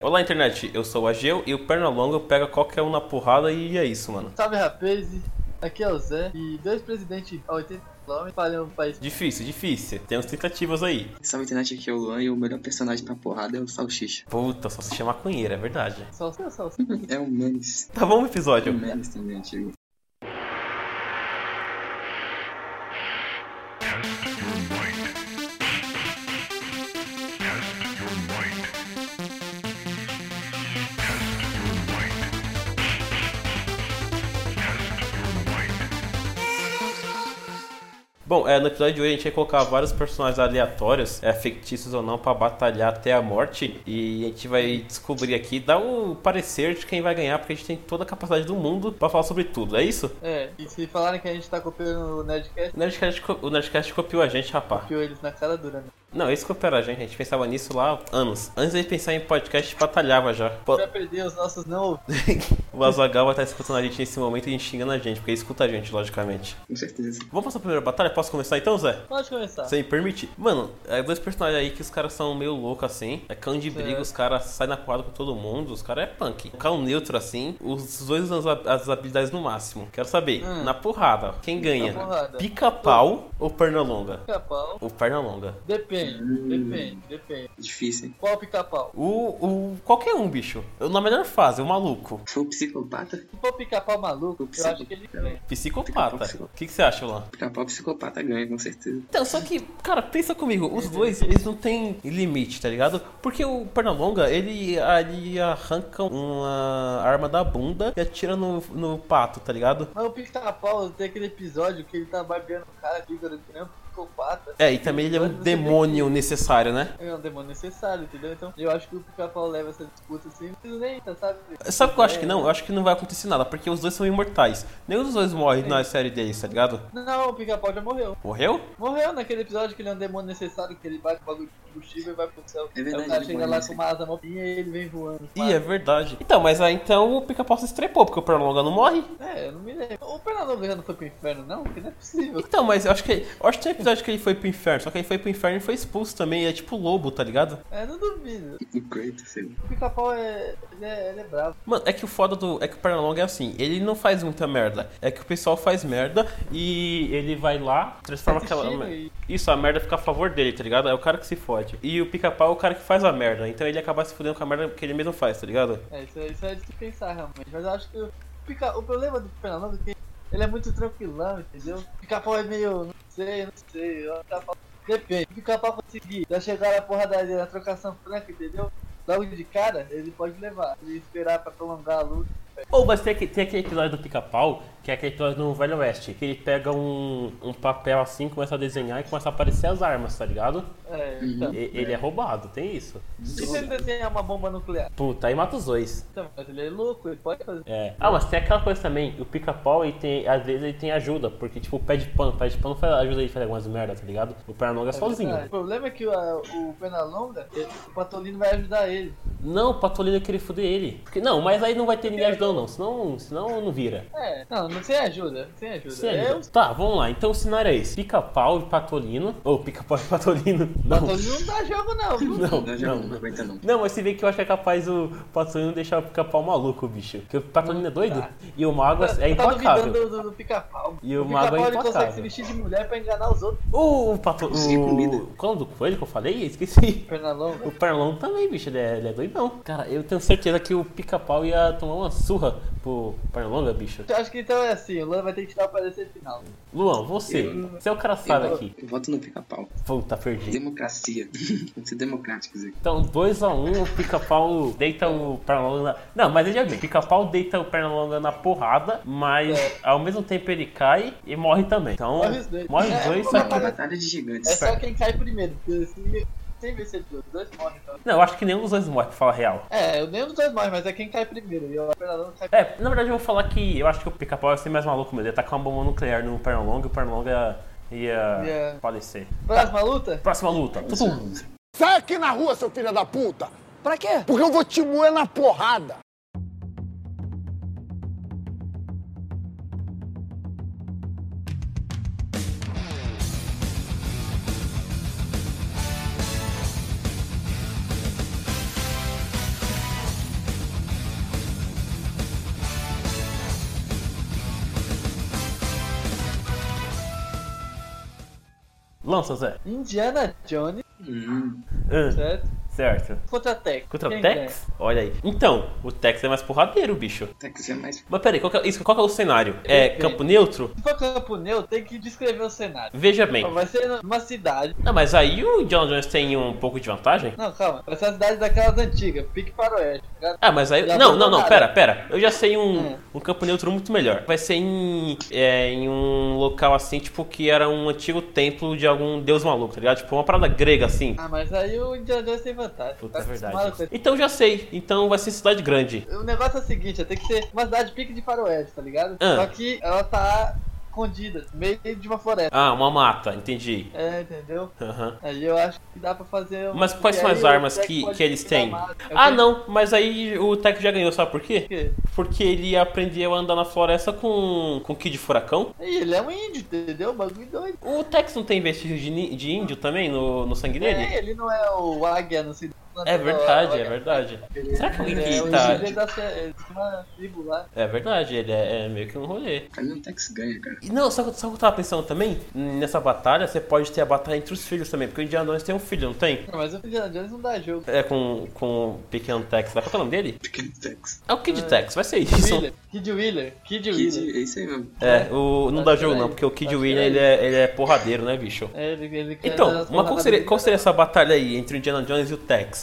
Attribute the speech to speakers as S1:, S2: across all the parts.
S1: Olá, internet. Eu sou o Ageu e o Pernalongo pega qualquer um na porrada e é isso, mano.
S2: Salve rapazes, aqui é o Zé e dois presidentes a 80 km falham o um país.
S1: Difícil, difícil. Tem uns tentativas aí.
S3: Salve internet, aqui é o Luan e o melhor personagem pra porrada é o Salsicha.
S1: Puta, só se chama maconheira, é verdade.
S2: Salsicha, salsicha.
S3: É o Menes.
S1: Tá bom o
S3: É o
S1: episódio.
S3: Menes também, antigo.
S1: Bom, é, no episódio de hoje a gente vai colocar vários personagens aleatórios, é, fictícios ou não, pra batalhar até a morte. E a gente vai descobrir aqui, dar o parecer de quem vai ganhar, porque a gente tem toda a capacidade do mundo pra falar sobre tudo, é isso?
S2: É, e se falarem que a gente tá copiando o Nerdcast,
S1: O Nerdcast, co- o Nerdcast copiou a gente, rapá.
S2: piou eles na cara dura, né?
S1: Não, eles copiaram a gente, a gente pensava nisso lá há anos. Antes de pensar em podcast, batalhava já. Pô,
S2: Pra perder os nossos não ouvintes.
S1: O Azagal vai estar escutando a gente nesse momento e xingando a gente, porque ele escuta a gente, logicamente.
S3: Com certeza.
S1: Vamos passar a primeira batalha? Posso começar então, Zé?
S2: Pode começar.
S1: Sem permitir. Mano, é dois personagens aí que os caras são meio loucos assim. É cão de briga, os caras saem na porrada com todo mundo. Os caras é punk. Um cão neutro assim. Os dois usam as- as habilidades no máximo. Quero saber,
S2: Hum.
S1: na porrada, quem ganha?
S2: porrada.
S1: Pica-pau ou pernalonga?
S2: Pica-pau.
S1: O pernalonga.
S2: Depende,
S3: Hum.
S2: depende, depende.
S3: Difícil, hein?
S2: Qual pica-pau?
S1: O, o. Qualquer um, bicho. Eu, na melhor fase, o maluco.
S3: Foi o psicopata?
S2: Se for pica-pau maluco,
S3: O
S2: eu acho que ele
S3: psicopata.
S2: ganha.
S1: Psicopata. O que, que você acha, Lan?
S3: Pica-pau psicopata ganha, com certeza.
S1: Então, só que, cara, pensa comigo, os dois, eles não têm limite, tá ligado? Porque o Pernalonga, ele, ele arranca uma arma da bunda e atira no, no pato, tá ligado?
S2: Mas o pica-pau tem aquele episódio que ele tá barbeando o cara, fica que nem um psicopata.
S1: É, e também ele é um demônio necessário, né?
S2: É um demônio necessário, entendeu? Então eu acho que o pica-pau leva essa disputa assim, não precisa nem, sabe?
S1: Sabe o que eu acho que não? Eu acho que não vai acontecer nada, porque os dois são imortais. Nenhum dos dois morre na série deles, tá ligado?
S2: Não, o pica-pau já morreu.
S1: Morreu?
S2: Morreu naquele episódio que ele é um demônio necessário, que ele bate o bagulho de combustível e vai pro céu.
S3: É verdade,
S2: Aí o cara
S3: ele
S2: chega
S3: morre
S2: lá
S3: nesse.
S2: com uma asa mobinha e ele vem voando.
S1: Ih, é verdade. Então, mas aí então o pica-pau se estrepou, porque o Pernalonga não morre.
S2: É, eu não me lembro. O Pernalonga já não foi pro inferno, não? Porque não é possível.
S1: Então, mas eu acho que eu acho que tem episódio que ele foi pro inferno, só que ele foi pro inferno e foi expulso também, e é tipo lobo, tá ligado?
S2: É, não duvido.
S3: O Kratos, sei lá.
S2: O pica-pau é, ele é. ele é bravo.
S1: Mano, é que o foda do. É que o Pernalonga é assim, ele não faz muita merda. É que o pessoal faz merda e ele vai lá, transforma aquela.
S2: Tira é e-
S1: Isso, a merda fica a favor dele, tá ligado? É o cara que se fode. E o pica-pau é o cara que faz a merda. Então ele acaba se fudendo com a merda que ele mesmo faz, tá ligado?
S2: É, isso, é- isso é de se pensar realmente. Mas eu acho que o, pica, o problema do Pernalonga é que ele é muito tranquilão, entendeu? O pica-pau é meio. Não sei, não sei. O pica-pau- Depende. O pica-pau conseguir já chegar na porra da, da trocação franca, entendeu? Logo de cara, ele pode levar. Ele esperar pra prolongar a luta.
S1: Ou mas tem, aque- tem aquele episódio do pica-pau, que é aquele episódio no Velho Oeste, que ele pega um, um papel assim, começa a desenhar e começa a aparecer as armas, tá ligado?
S2: É, então.
S1: E- ele é roubado, tem isso.
S2: E se ele desenhar uma bomba nuclear?
S1: Puta, aí mata os dois.
S2: Então, mas ele é louco, ele pode fazer.
S1: É. Ah, mas tem aquela coisa também, o pica-pau, ele tem, às vezes ele tem ajuda, porque tipo, o pé de pano, o pé de pano faz- ajuda ele a fazer algumas merdas, tá ligado? O Pernalonga é sozinho.
S2: Ah, O problema é que o, a- o Pernalonga, ele- o Patolino vai ajudar ele.
S1: Não, o Patolino querer foder ele. Porque, não, mas aí não vai ter ninguém ajudando não, senão, senão não vira.
S2: É, não, não sem ajuda, sem ajuda.
S1: Sim,
S2: É,
S1: ajuda.
S2: o
S1: Tá, vamos lá, então o cenário é esse, pica-pau e Patolino, ou pica-pau e Patolino, não.
S2: Patolino não dá jogo não, viu?
S1: Não,
S3: Não, já não,
S1: não.
S3: aguenta não.
S1: Não, mas se vê que eu acho que é capaz o Patolino deixar o pica-pau maluco, bicho. Porque o Patolino é doido e o Mago é- é
S2: tá
S1: implacável.
S2: duvidando do, do, do pica-pau.
S1: E o
S2: o
S1: mago é
S2: pica-pau ele
S1: implacável.
S2: consegue se vestir de mulher pra enganar os outros.
S1: O pato.
S3: Sem comida.
S1: O... Qual é o do coelho que eu falei? Esqueci.
S2: Pernalonga.
S1: O Pernalongo também, bicho, ele é, ele é doidão. Cara, eu tenho certeza que o pica-pau ia tomar uma surra pro Pernalonga, bicho.
S2: Eu acho que então é assim, o Lula vai ter que tirar o parecer final.
S1: Luan, você.
S3: Eu-
S1: Você é o cara sábio
S3: eu,
S1: aqui.
S3: eu voto no pica-pau.
S1: Puta, perdi.
S3: Democracia. Vamos ser democráticos aqui.
S1: Então, 2x1, um, o pica-pau deita o Pernalonga. Na... Não, mas veja bem, o pica-pau deita o Pernalonga na porrada, mas ao mesmo tempo ele cai e morre também. Então,
S2: É. Morre os dois.
S1: morre os
S2: É,
S1: dois,
S2: vamos
S1: isso
S3: Uma
S2: lá.
S1: aqui.
S3: batalha de gigantes.
S2: É só quem cai primeiro, porque se, sem vencedor, os dois morrem. Então.
S1: Não, eu acho que nenhum dos dois morre, pra falar a real.
S2: É, eu nem dos dois morre, mas é quem cai primeiro. E o Pernalonga cai
S1: É, na verdade eu vou falar que eu acho que o pica-pau ia ser mais maluco mesmo. Ele tá com uma bomba nuclear no Pernalonga e o Pernalonga ia, ia
S2: Ia.
S1: falecer.
S2: Próxima luta?
S1: Próxima luta. Tudo.
S4: Sai aqui na rua, seu filho da puta! Pra quê? Porque eu vou te moer na porrada!
S1: Lança, Zé.
S2: Indiana Jones,
S3: Hum,
S1: Hum,
S2: certo?
S1: certo.
S2: Contra Tex.
S1: Contra
S2: Quem
S1: o Tex? Olha aí. Então, o Tex é mais porradeiro, bicho.
S3: até que você é mais.
S1: Mas peraí, qual que é, isso, qual que é o cenário? É
S2: Perfeito.
S1: campo neutro?
S2: Se for campo neutro, tem que descrever o cenário. Então,
S1: Veja bem.
S2: Vai ser numa cidade.
S1: Não, mas aí o John Jones tem um pouco de vantagem?
S2: Não, calma. Vai ser uma cidade daquelas antigas. Pique para o oeste. tá ligado?
S1: Ah, mas aí.
S2: Já
S1: Não,
S2: tô
S1: não, não,
S2: nada.
S1: pera, pera. Eu já sei um,
S2: Hum.
S1: um campo neutro muito melhor. Vai ser em, é, em um local assim, tipo, que era um antigo templo de algum deus maluco, tá ligado? Tipo, uma parada grega assim.
S2: Ah, mas aí o Indiana Jones tem vantagem. Tá
S1: Puta, é
S2: acostumado com
S1: verdade.
S2: isso.
S1: Então já sei. Então vai ser cidade grande.
S2: O negócio é o seguinte, tem que ser uma cidade pique de faroeste, tá ligado?
S1: Ah.
S2: Só que ela tá escondida, no meio de uma floresta.
S1: Ah, uma mata, entendi.
S2: É, entendeu?
S1: Aham.
S2: Aí eu acho que dá pra fazer um...
S1: Mas quais
S2: e
S1: são
S2: aí
S1: as
S2: o
S1: armas
S2: Jack
S1: que,
S2: pode
S1: que eles
S2: dar
S1: têm?
S2: uma- É o
S1: Ah,
S2: quê?
S1: não, mas aí o Tech já ganhou, sabe por
S2: O
S1: quê?
S2: quê?
S1: Porque ele aprendeu a andar na floresta com, com o Kid Furacão.
S2: Ih, Ele é um índio, entendeu? Bagulho doido.
S1: O Tex não tem vestígio de, ni- de índio também no, no sangue dele?
S2: É, ele não é o águia, não sei.
S1: É verdade, é verdade. Será que alguém
S2: Ele é
S1: que
S2: o
S1: tá.
S2: índio da é de uma tribo lá.
S1: É verdade, ele é, é meio que um rolê.
S3: Pra mim, o Tex ganha, cara.
S1: E não, só, que- só que eu tava pensando também, nessa batalha você pode ter a batalha entre os filhos também, porque o Indiana Jones tem um filho, não tem?
S2: Não, Mas o Indiana Jones não dá jogo.
S1: É com, com o pequeno Tex, lá qual que é o nome dele?
S3: Pequeno um Tex.
S1: É o Kid
S2: É.
S1: Tex, vai ser isso.
S2: Wheeler, Kid Wheeler, Kid Wheeler.
S3: Kid, é isso aí mesmo.
S1: É, o, não dá
S2: Acho que
S1: jogo
S2: é
S1: não,
S2: ele.
S1: porque o Kid
S2: Acho que é
S1: William
S2: ele.
S1: ele é, ele é porradeiro, né, bicho?
S2: É, ele- ele quer dar
S1: Então,
S2: as
S1: uma, qual,
S2: porradas
S1: seria,
S2: dele.
S1: qual seria essa batalha aí entre o Indiana Jones e o Tex?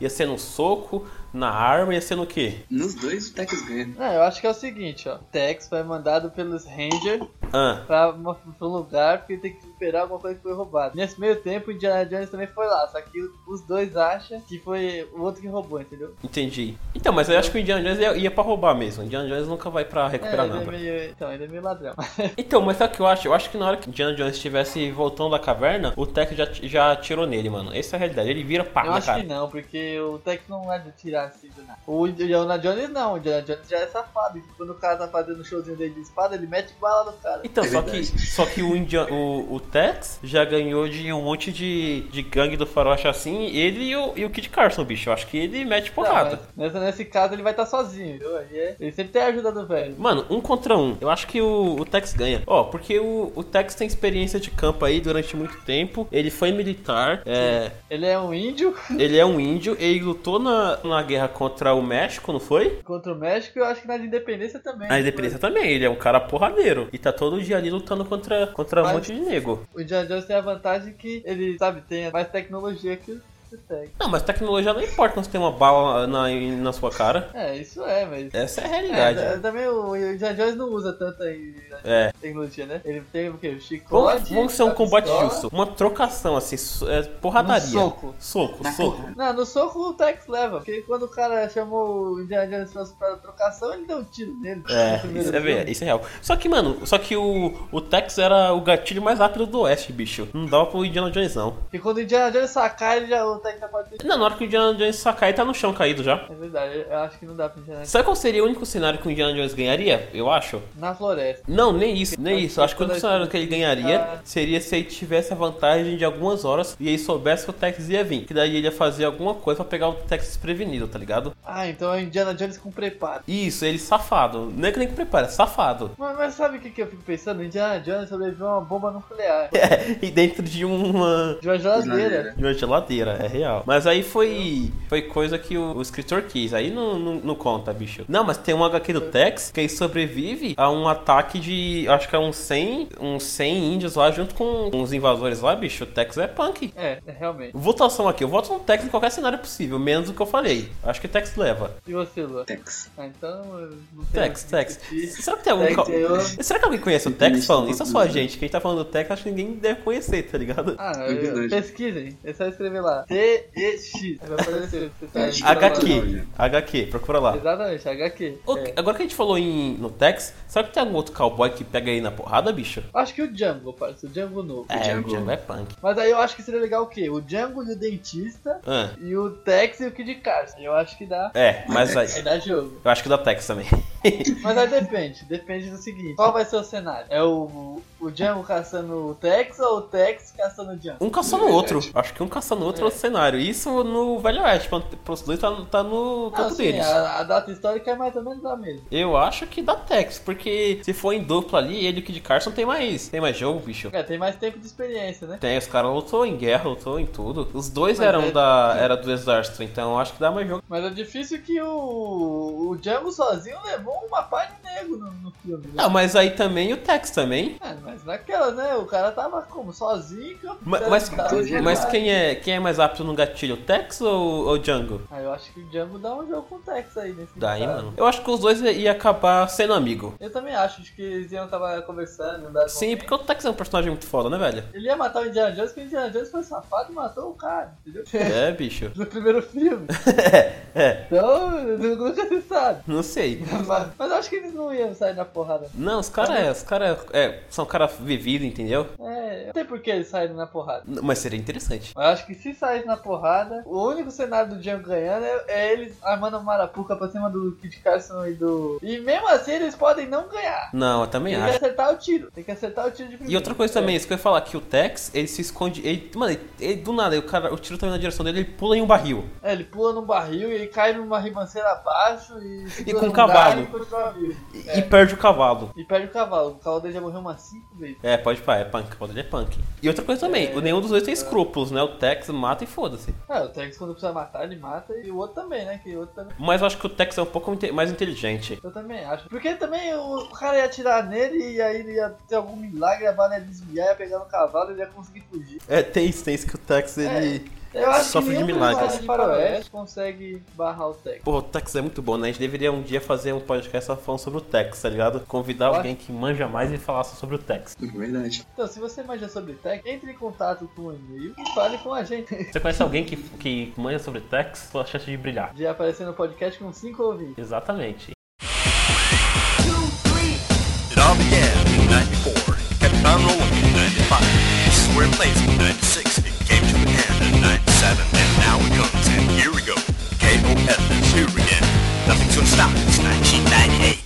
S1: Ia ser no soco, na arma, ia ser no quê?
S3: Nos dois, o Tex ganha.
S2: Não, eu acho que é o seguinte, ó. Tex foi mandado pelos Ranger
S1: Ah,
S2: pra, uma, pra um lugar porque tem que recuperar alguma coisa que foi roubada. Nesse meio tempo, o Indiana Jones também foi lá, só que os dois acham que foi o outro que roubou, entendeu?
S1: entendi. Então, mas eu acho que o Indiana Jones ia, ia pra roubar mesmo. O Indiana Jones nunca vai pra
S2: É,
S1: recuperar
S2: ele é
S1: nada.
S2: meio, então, ele é meio ladrão.
S1: Então, mas sabe o que eu acho? Eu acho que na hora que o Indiana Jones estivesse voltando da caverna, o Tex já, já atirou nele, mano. Essa é a realidade. Ele vira pá
S2: eu
S1: na
S2: acho
S1: cara.
S2: que não, porque o Tex não é de tirar assim do nada. O Indiana Jones não, o Indiana Jones já é safado. Quando o cara tá fazendo o showzinho dele de espada, ele mete bala no cara.
S1: Então,
S3: É
S1: só, que,
S3: verdade.
S1: só que o, Indian, o, o Tex já ganhou de um monte de, de gangue do faroeste assim, ele e o, e o Kid Carson, bicho. Eu acho que ele mete porrada.
S2: Não, mas nessa- nesse caso ele vai estar sozinho, entendeu? Aí é- Ele sempre tem a ajuda do velho.
S1: Mano, um contra um. Eu acho que o, o Tex ganha. Ó, porque o, o Tex tem experiência de campo aí durante muito tempo. Ele foi militar. é,
S2: Ele é um índio
S1: ele é um índio. Ele lutou na, na guerra contra o México, não foi?
S2: contra o México e eu acho que na de independência também. né?
S1: Na independência também. Ele é um cara porradeiro. E tá todo dia ali lutando contra, contra um
S2: Mas-
S1: monte de nego.
S2: O Indiana Jones tem a vantagem que ele, sabe, tem mais tecnologia que o Tech.
S1: Não, mas tecnologia não importa quando você tem uma bala na, na sua cara.
S2: É, isso é, mas.
S1: Essa é a
S2: É,
S1: realidade.
S2: da- também o Indiana Jones não usa tanta
S1: É.
S2: tecnologia, né? Ele tem o quê? O chicote.
S1: Vamos, vamos ser um
S2: a
S1: combate
S2: pistola.
S1: justo. Uma trocação, assim, so- é, porradaria.
S2: Um soco.
S1: Soco,
S3: Na
S1: soco.
S3: porrada.
S2: Não, no soco o Tex leva, porque quando o cara chamou o Indiana Jones pra- pra trocação, ele deu um tiro nele. No
S1: É,
S2: primeiro
S1: isso é,
S2: filme.
S1: ver- isso é real. Só que, mano, só que o, o Tex era o gatilho mais rápido do Oeste, bicho. Não dava pro Indiana Jones, não.
S2: E quando o Indiana Jones sacar, ele já, o Tex já pode ter.
S1: Não, na hora que o Indiana Jones sacar, ele tá no chão caído já.
S2: É verdade, eu acho que não dá pra Indiana Jones.
S1: Sabe qual seria o único cenário que o Indiana Jones ganharia? Eu acho.
S2: Na floresta.
S1: Não, nem isso, nem isso. Eu acho que o único cenário que ele tá ganharia
S2: Ah.
S1: seria se ele tivesse a vantagem de algumas horas e aí soubesse que o Tex ia vir. Que daí ele ia fazer alguma coisa pra pegar o Tex desprevenido, tá ligado?
S2: Ah, então é o Indiana Jones com preparo.
S1: Isso, ele safado. Não é que nem que prepara, é safado.
S2: Mas, mas sabe o que, que eu fico pensando? Indiana Jones sobreviveu a uma bomba nuclear.
S1: É. e dentro de uma.
S2: De uma geladeira.
S1: De uma geladeira, é real. Mas aí foi. Foi coisa que o, o escritor quis. Aí não, não, não conta, bicho. Não, mas tem um HQ do Tex que ele sobrevive a um ataque de. Acho que é uns 100. Uns 100 índios lá junto com uns invasores lá, bicho. O Tex é punk.
S2: É, é, realmente.
S1: Votação aqui. Eu voto no Tex em qualquer cenário possível, menos o que eu falei. Acho que o Tex leva.
S2: E você, Lua?
S3: Tex.
S2: Ah, então. eu Não sei
S1: Tex,
S2: o que
S1: Tex.
S2: discutir.
S1: Será que tem algum.
S2: Tex,
S1: ca-
S2: eu-
S1: Será que alguém conhece o Tex
S3: Conheço
S1: falando? Isso é só a
S3: pouco, né?
S1: gente. Quem tá falando do Tex, acho que ninguém deve conhecer, tá ligado?
S2: Ah,
S3: É
S2: eu-
S3: verdade.
S2: pesquisem. É só escrever lá. T-E-X. Vai aparecer. Você tá
S3: Acho que
S1: HQ.
S3: não, né?
S1: HQ, procura lá.
S2: Exatamente, HQ.
S1: Ô,
S2: É.
S1: Agora que a gente falou em, no Tex, será que tem algum outro cowboy que pega aí na porrada, bicho?
S2: Acho que o Django, parceiro. O Django novo.
S1: É,
S3: Django.
S1: o Django é punk.
S2: Mas aí eu acho que seria legal o quê? O Django e o Dentista.
S1: Ah,
S2: E o Tex e o Kid Carson. Eu acho que dá.
S1: é, mas aí.
S2: Aí dá jogo.
S1: Eu acho que dá Tex também.
S2: Mas aí depende, depende do seguinte: qual vai ser o cenário? É o, o Django caçando o Tex ou o Tex caçando o Django?
S1: Um caçando o outro. Acho que um caçando o outro é o cenário. Isso no Velho Oeste, pra- pros dois tá, tá no
S2: Não,
S1: campo
S2: assim,
S1: deles.
S2: a, a data histórica é mais ou menos a mesma.
S1: Eu acho que dá Tex, porque se for em dupla ali, ele e o Kid Carson tem mais. Tem mais jogo, bicho.
S2: É, tem mais tempo de experiência, né?
S1: Tem, os caras lutou em guerra, lutou em tudo. Os dois
S2: Mas
S1: eram
S2: é-
S1: da era do exército, então eu acho que dá mais jogo.
S2: Mas é difícil que o, o Django sozinho levou uma pá de nego no, no filme. Né?
S1: Não, Ah, mas aí também o Tex também.
S2: É, mas naquela, né? O cara tava como? Sozinho em campo. um
S1: Ma- Mas,
S2: Tava-
S1: mas, quem, é, quem é mais apto no gatilho, o Tex ou ou o Django?
S2: Ah, eu acho que o Django dá um jogo com o Tex aí nesse
S1: Daí,
S2: caso.
S1: mano. Eu acho que os dois iam acabar sendo amigo.
S2: Eu também acho, acho que eles iam tava conversando. dado
S1: Sim,
S2: momento.
S1: porque o Tex é um personagem muito foda, né, velho?
S2: Ele ia matar o Indiana Jones, porque o Indiana Jones foi safado e matou o cara, entendeu?
S1: É, bicho.
S2: No primeiro filme.
S1: é, é,
S2: Então, nunca se sabe.
S1: não sei.
S2: Mas, mas eu acho que eles não iam sair na porrada.
S1: Não, os caras é, os caras é, são caras vividos, entendeu?
S2: É, não tem por que eles saírem na porrada.
S1: N- Mas seria interessante.
S2: Mas eu acho que se sair na porrada, o único cenário do Django ganhando é, é eles armando uma marapuca pra cima do Kid Carson e do. E mesmo assim eles podem não ganhar.
S1: Não, eu também
S2: Tem
S1: acho.
S2: que acertar o tiro. Tem que acertar o tiro de primeira.
S1: E outra coisa também, isso que eu ia falar, que o Tex, ele se esconde. Ele, mano, ele, ele- do nada, o, cara, o tiro tá indo na direção dele, ele pula em um barril.
S2: É, ele pula num barril e ele cai numa ribanceira abaixo e. segura
S1: com
S2: num
S1: cavalo.
S2: galho E, continua vivo.
S1: E, e perde o cavalo.
S2: e perde o cavalo. O cavalo dele já morreu umas 5 vezes.
S1: É, pode pá, é punk, o cavalo dele é punk. E outra coisa também,
S2: É.
S1: o nenhum dos dois tem escrúpulos, né? O Tex mata e foda-se.
S2: É, o Tex quando precisa matar, ele mata. E o outro também, né? Que o outro também.
S1: Mas eu acho que o Tex é um pouco inte- mais inteligente.
S2: Eu também acho. Porque também o cara ia atirar nele e aí ele ia ter algum milagre, a bala ia desviar, ia pegar no cavalo e ele ia conseguir fugir.
S1: É, tem isso, tem isso que o Tex, ele.
S2: É, Eu acho
S1: Sofre
S2: que
S1: de
S2: nenhum
S1: milagres.
S2: personagem de faroeste consegue barrar o Tex.
S1: Porra, o Tex é muito bom, né? A gente deveria um dia fazer um podcast só falando sobre o Tex, tá ligado? Convidar
S2: Pode.
S1: alguém que manja mais e falar só sobre o Tex.
S3: É verdade.
S2: Então, se você manja sobre Tex, entre em contato com o e-mail e fale com a gente.
S1: Você conhece alguém que, que manja sobre Tex, sua chance de brilhar.
S2: De aparecer no podcast com cinco ouvintes.
S1: Exatamente.
S5: It all began in 94. It kept on rolling in 95. Square plays in 96. It came to an end in 97. And now it comes, and here we go. KOF is here again. Nothing's gonna stop. It's 1998.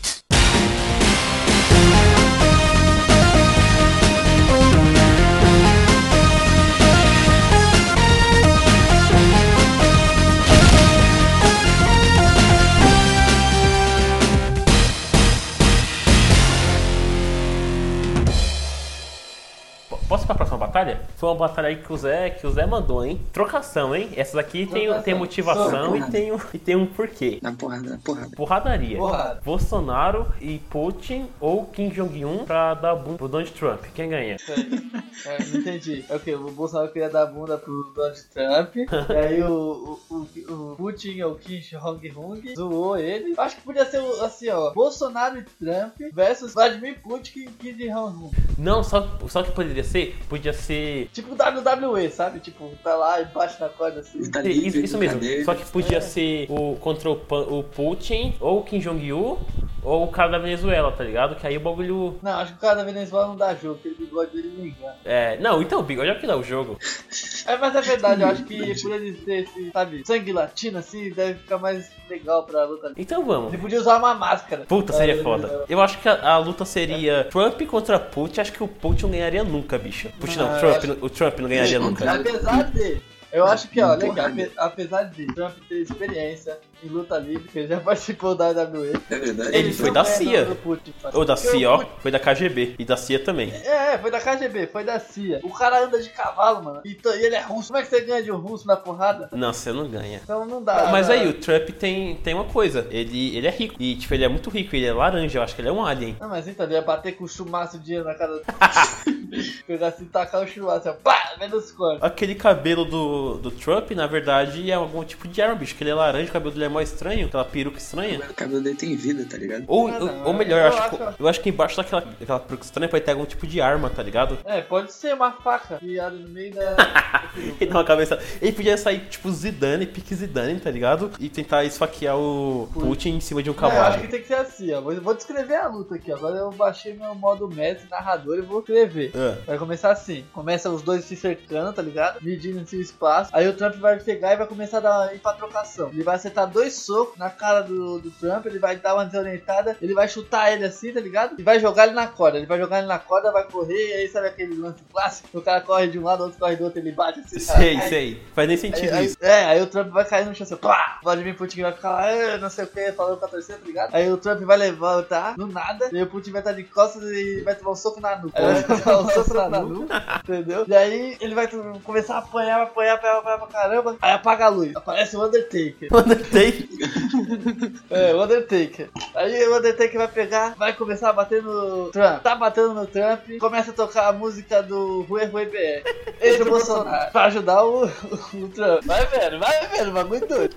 S1: P- Posso ir pra próxima batalha? Foi uma batalha aí que o Zé, que o Zé mandou, hein? Trocação, hein? Essas aqui tem,
S2: Trocação.
S1: tem motivação e
S3: Soco.
S1: tem, um- e tem um porquê.
S3: Na porrada, na porrada.
S1: Porradaria.
S2: Porrada.
S1: Bolsonaro e Putin ou Kim Jong-un pra dar bunda pro Donald Trump. Quem ganha?
S2: É, não entendi. É o que? O Bolsonaro queria dar bunda pro Donald Trump. e aí o, o, o, o Putin, ou Kim Jong-un, zoou ele. Eu Acho que podia ser o- assim, ó. Bolsonaro e Trump versus Vladimir Putin e Kim Jong-un.
S1: Não, só, só que poderia ser? Podia ser.
S2: Tipo WWE, sabe? Tipo, tá lá embaixo da corda assim.
S3: Ele tá livre,
S1: Isso, isso
S3: tá
S1: mesmo.
S3: dele.
S1: Só que podia
S2: é.
S1: ser o contra o, Pan- o Putin ou o Kim Jong-un ou o cara da Venezuela, tá ligado? Que aí o bagulho.
S2: Não, acho que o cara da Venezuela não dá jogo, aquele bigode dele nem engana.
S1: É. Não, então, Bigode, olha que dá o jogo.
S2: É, mas é verdade, eu acho que por ele ter esse, sabe, sangue latino assim, deve ficar mais legal pra luta.
S1: Então vamos.
S2: Ele podia usar uma máscara.
S1: Puta, seria
S2: Ah,
S1: foda. Eu acho que a, a luta seria Trump contra Putin. Acho que o Putin não ganharia nunca, bicho. Putin não,
S2: Ah,
S1: Trump,
S2: eu
S1: o Trump não ganharia
S3: Não,
S1: nunca.
S3: cara.
S2: Apesar de. Eu acho que, ó,
S3: Porra,
S2: legal, ape-
S3: meu.
S2: apesar de Trump ter experiência em luta livre, que ele já participou da WWE,
S3: É verdade.
S1: Ele foi
S2: não
S1: da
S2: ganha
S1: CIA.
S2: do Putin, sabe?
S1: Ou da
S2: Porque o
S1: CIA, ó.
S2: Putin-
S1: Foi da KGB. E da CIA também.
S2: É, é, foi da KGB, foi da CIA. O cara anda de cavalo, mano, e, to- e ele é russo. Como é que você ganha de um russo na porrada?
S1: Não, você não ganha.
S2: Então não dá.
S1: Mas
S2: né?
S1: aí, o Trump tem, tem uma coisa. Ele, ele é rico. E, tipo, ele é muito rico. Ele é laranja. Eu acho que ele é um alien.
S2: Não, mas então, ele ia bater com o chumaço de dinheiro na cara do. Pegar assim, tacar o chumaço, ó, pá, menos quanto.
S1: Aquele cabelo do, do Trump, na verdade, é algum tipo de arma, bicho. Que ele é laranja, o cabelo dele é mó estranho. Aquela peruca estranha.
S3: O cabelo dele tem vida, tá ligado?
S1: Ou,
S2: Ah,
S1: ou,
S2: não,
S1: ou melhor, eu
S2: eu
S1: acho,
S2: acho-
S1: que, eu acho que embaixo daquela daquela peruca estranha pode ter algum tipo de arma, tá ligado?
S2: É, pode ser uma faca criada no meio da.
S1: E dá uma Então cabeça. Ele podia sair tipo Zidane, pique Zidane, tá ligado? E tentar esfaquear o Putin em cima de um
S2: Não, É, eu acho
S1: cavalo.
S2: que tem que ser assim, ó. Vou, vou descrever a luta aqui, ó. Agora eu baixei meu modo mestre narrador e vou escrever.
S1: Ah.
S2: Vai começar assim. Começa os dois se cercando, tá ligado? Medindo seu espaço. Aí o Trump vai pegar e vai começar a dar, ir pra trocação. Ele vai acertar dois socos na cara do, do Trump, ele vai dar uma desorientada, ele vai chutar ele assim, tá ligado? E vai jogar ele na corda. Ele vai jogar ele na corda, vai correr, e aí sabe aquele lance clássico? O cara corre de um lado, o outro corre do outro, ele bate assim. cara.
S1: Sei,
S2: Aí-
S1: sei. Faz nem sentido
S2: Aí-
S1: isso.
S2: aí- É, aí o Trump vai cair no chão, assim, pá! O Vladimir Putin vai ficar lá, "Ah, não sei o que, falando com a torcida, tá ligado? Aí o Trump vai levantar, do nada, e o Putin vai estar de costas e vai tomar um soco na nuca. Aí ele vai tomar um soco na nuca, entendeu? E aí ele vai começar a apanhar, vai apanhar, apanhar, apanhar pra caramba, aí apaga a luz, aparece o Undertaker.
S1: Undertaker.
S2: É, o Undertaker. Aí o Undertaker vai pegar, vai começar a bater no Trump. Tá batendo no Trump, começa a tocar a música do Rue Rue BR. Entra é o Bolsonaro pra ajudar o, o Trump. Vai vendo, vai vendo, bagulho doido.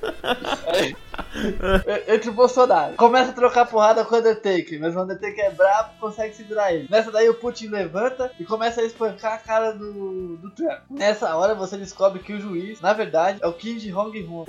S2: Aí, e- entra o Bolsonaro. Começa a trocar porrada com o Undertaker, mas o Undertaker é brabo consegue segurar ele. Nessa daí o Putin levanta e começa a espancar a cara do, do Trump. Nessa hora você descobre que o juiz, na verdade, é o Kim Ji Hong Hun.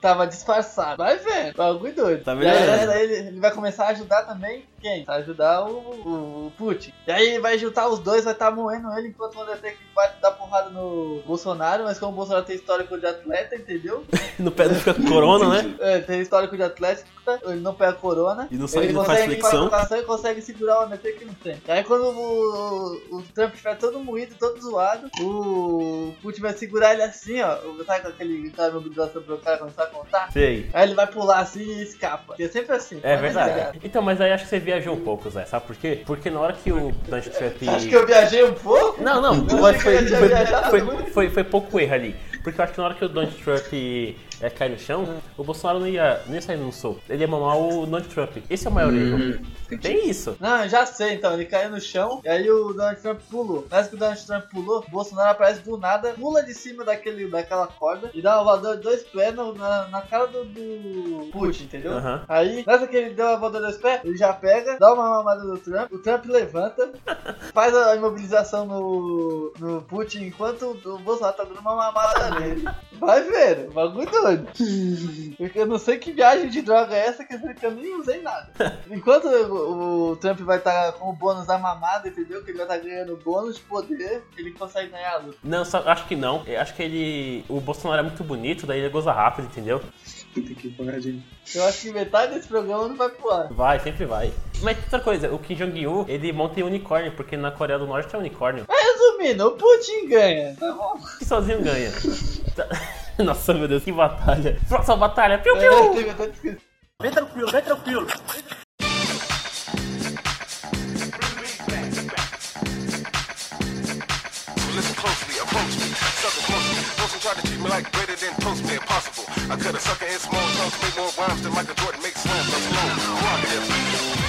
S2: Tava disfarçado. Vai vendo. Bagulho doido.
S1: Tá
S2: e aí,
S1: melhorando.
S2: daí ele, ele vai começar a ajudar também quem? Vai ajudar o, o, o Putin. E aí ele vai juntar os dois, vai estar moendo ele enquanto o Undertaker vai dar porrada no Bolsonaro. Mas como o Bolsonaro tem histórico de atleta, entendeu?
S1: No pé não fica corona, né?
S2: É, tem histórico de atleta, ele não pega corona.
S1: E não sai-
S2: ele
S1: não faz
S2: consegue ir pra
S1: flexão.
S2: trocação e consegue segurar o Undertaker que não tem. Aí quando o, o Trump estiver todo moído, todo zoado, o Putin vai segurar ele assim, ó. Sabe com aquele cara mobilização pro cara começar a contar?
S1: Sei.
S2: Aí ele vai pular assim e escapa. Que é sempre assim.
S1: É
S2: Mas
S1: verdade. Então, mas aí acho que você viajou um pouco, Zé. Sabe por quê? Porque na hora que o Donald Trump.
S2: Acho que eu viajei um pouco.
S1: Não, não,
S2: Eu
S1: mas
S2: achei
S1: foi,
S2: que eu
S1: foi,
S2: já tinha viajado.
S1: foi, foi, foi pouco erro ali. Porque eu acho que na hora que o Donald Trump é, cai no chão, o Bolsonaro não ia, não ia sair no soco. Ele ia mamar o Donald Trump. Esse é o
S3: Hum,
S1: maior erro. Tem isso.
S2: Não, eu já sei então. Ele caiu no chão e aí o Donald Trump pulou. Parece que o Donald Trump pulou, o Bolsonaro aparece do nada, pula de cima daquele, daquela corda e dá uma voadora de dois pés no- na, na cara do, do Putin, entendeu?
S1: Aham.
S2: Aí, nessa que ele deu a voadora de dois pés, ele já pega, dá uma mamada no Trump, o Trump levanta, faz a imobilização no, no Putin enquanto o Bolsonaro tá dando uma mamada nele. Vai ver, bagulho doido. Porque eu não sei que viagem de droga é essa, que eu nem usei nada. Enquanto o, o Trump vai estar com o bônus da mamada, entendeu? Que ele vai estar ganhando bônus de poder, ele consegue ganhar a luta.
S1: Não, só- acho que não. Eu acho que ele. O Bolsonaro é muito bonito, daí ele goza rápido, entendeu?
S3: Puta que pariu.
S2: Eu acho que metade desse programa não vai pro ar.
S1: Vai, sempre vai. Mas outra coisa, o Kim Jong-un, ele monta em unicórnio, porque na Coreia do Norte é unicórnio.
S2: Resumindo, o Putin ganha, tá bom?
S1: E sozinho ganha. Tá- Nossa, meu Deus, que batalha. Próxima batalha, piu
S2: É,
S1: piu!
S2: teve até esquecido.
S5: Listen closely, approach me, sucker close me. Those who try to treat me like greater than toast me impossible. I cut a sucker in small chunks, make more rhymes than Michael Jordan makes slams. I'm slow, provocative.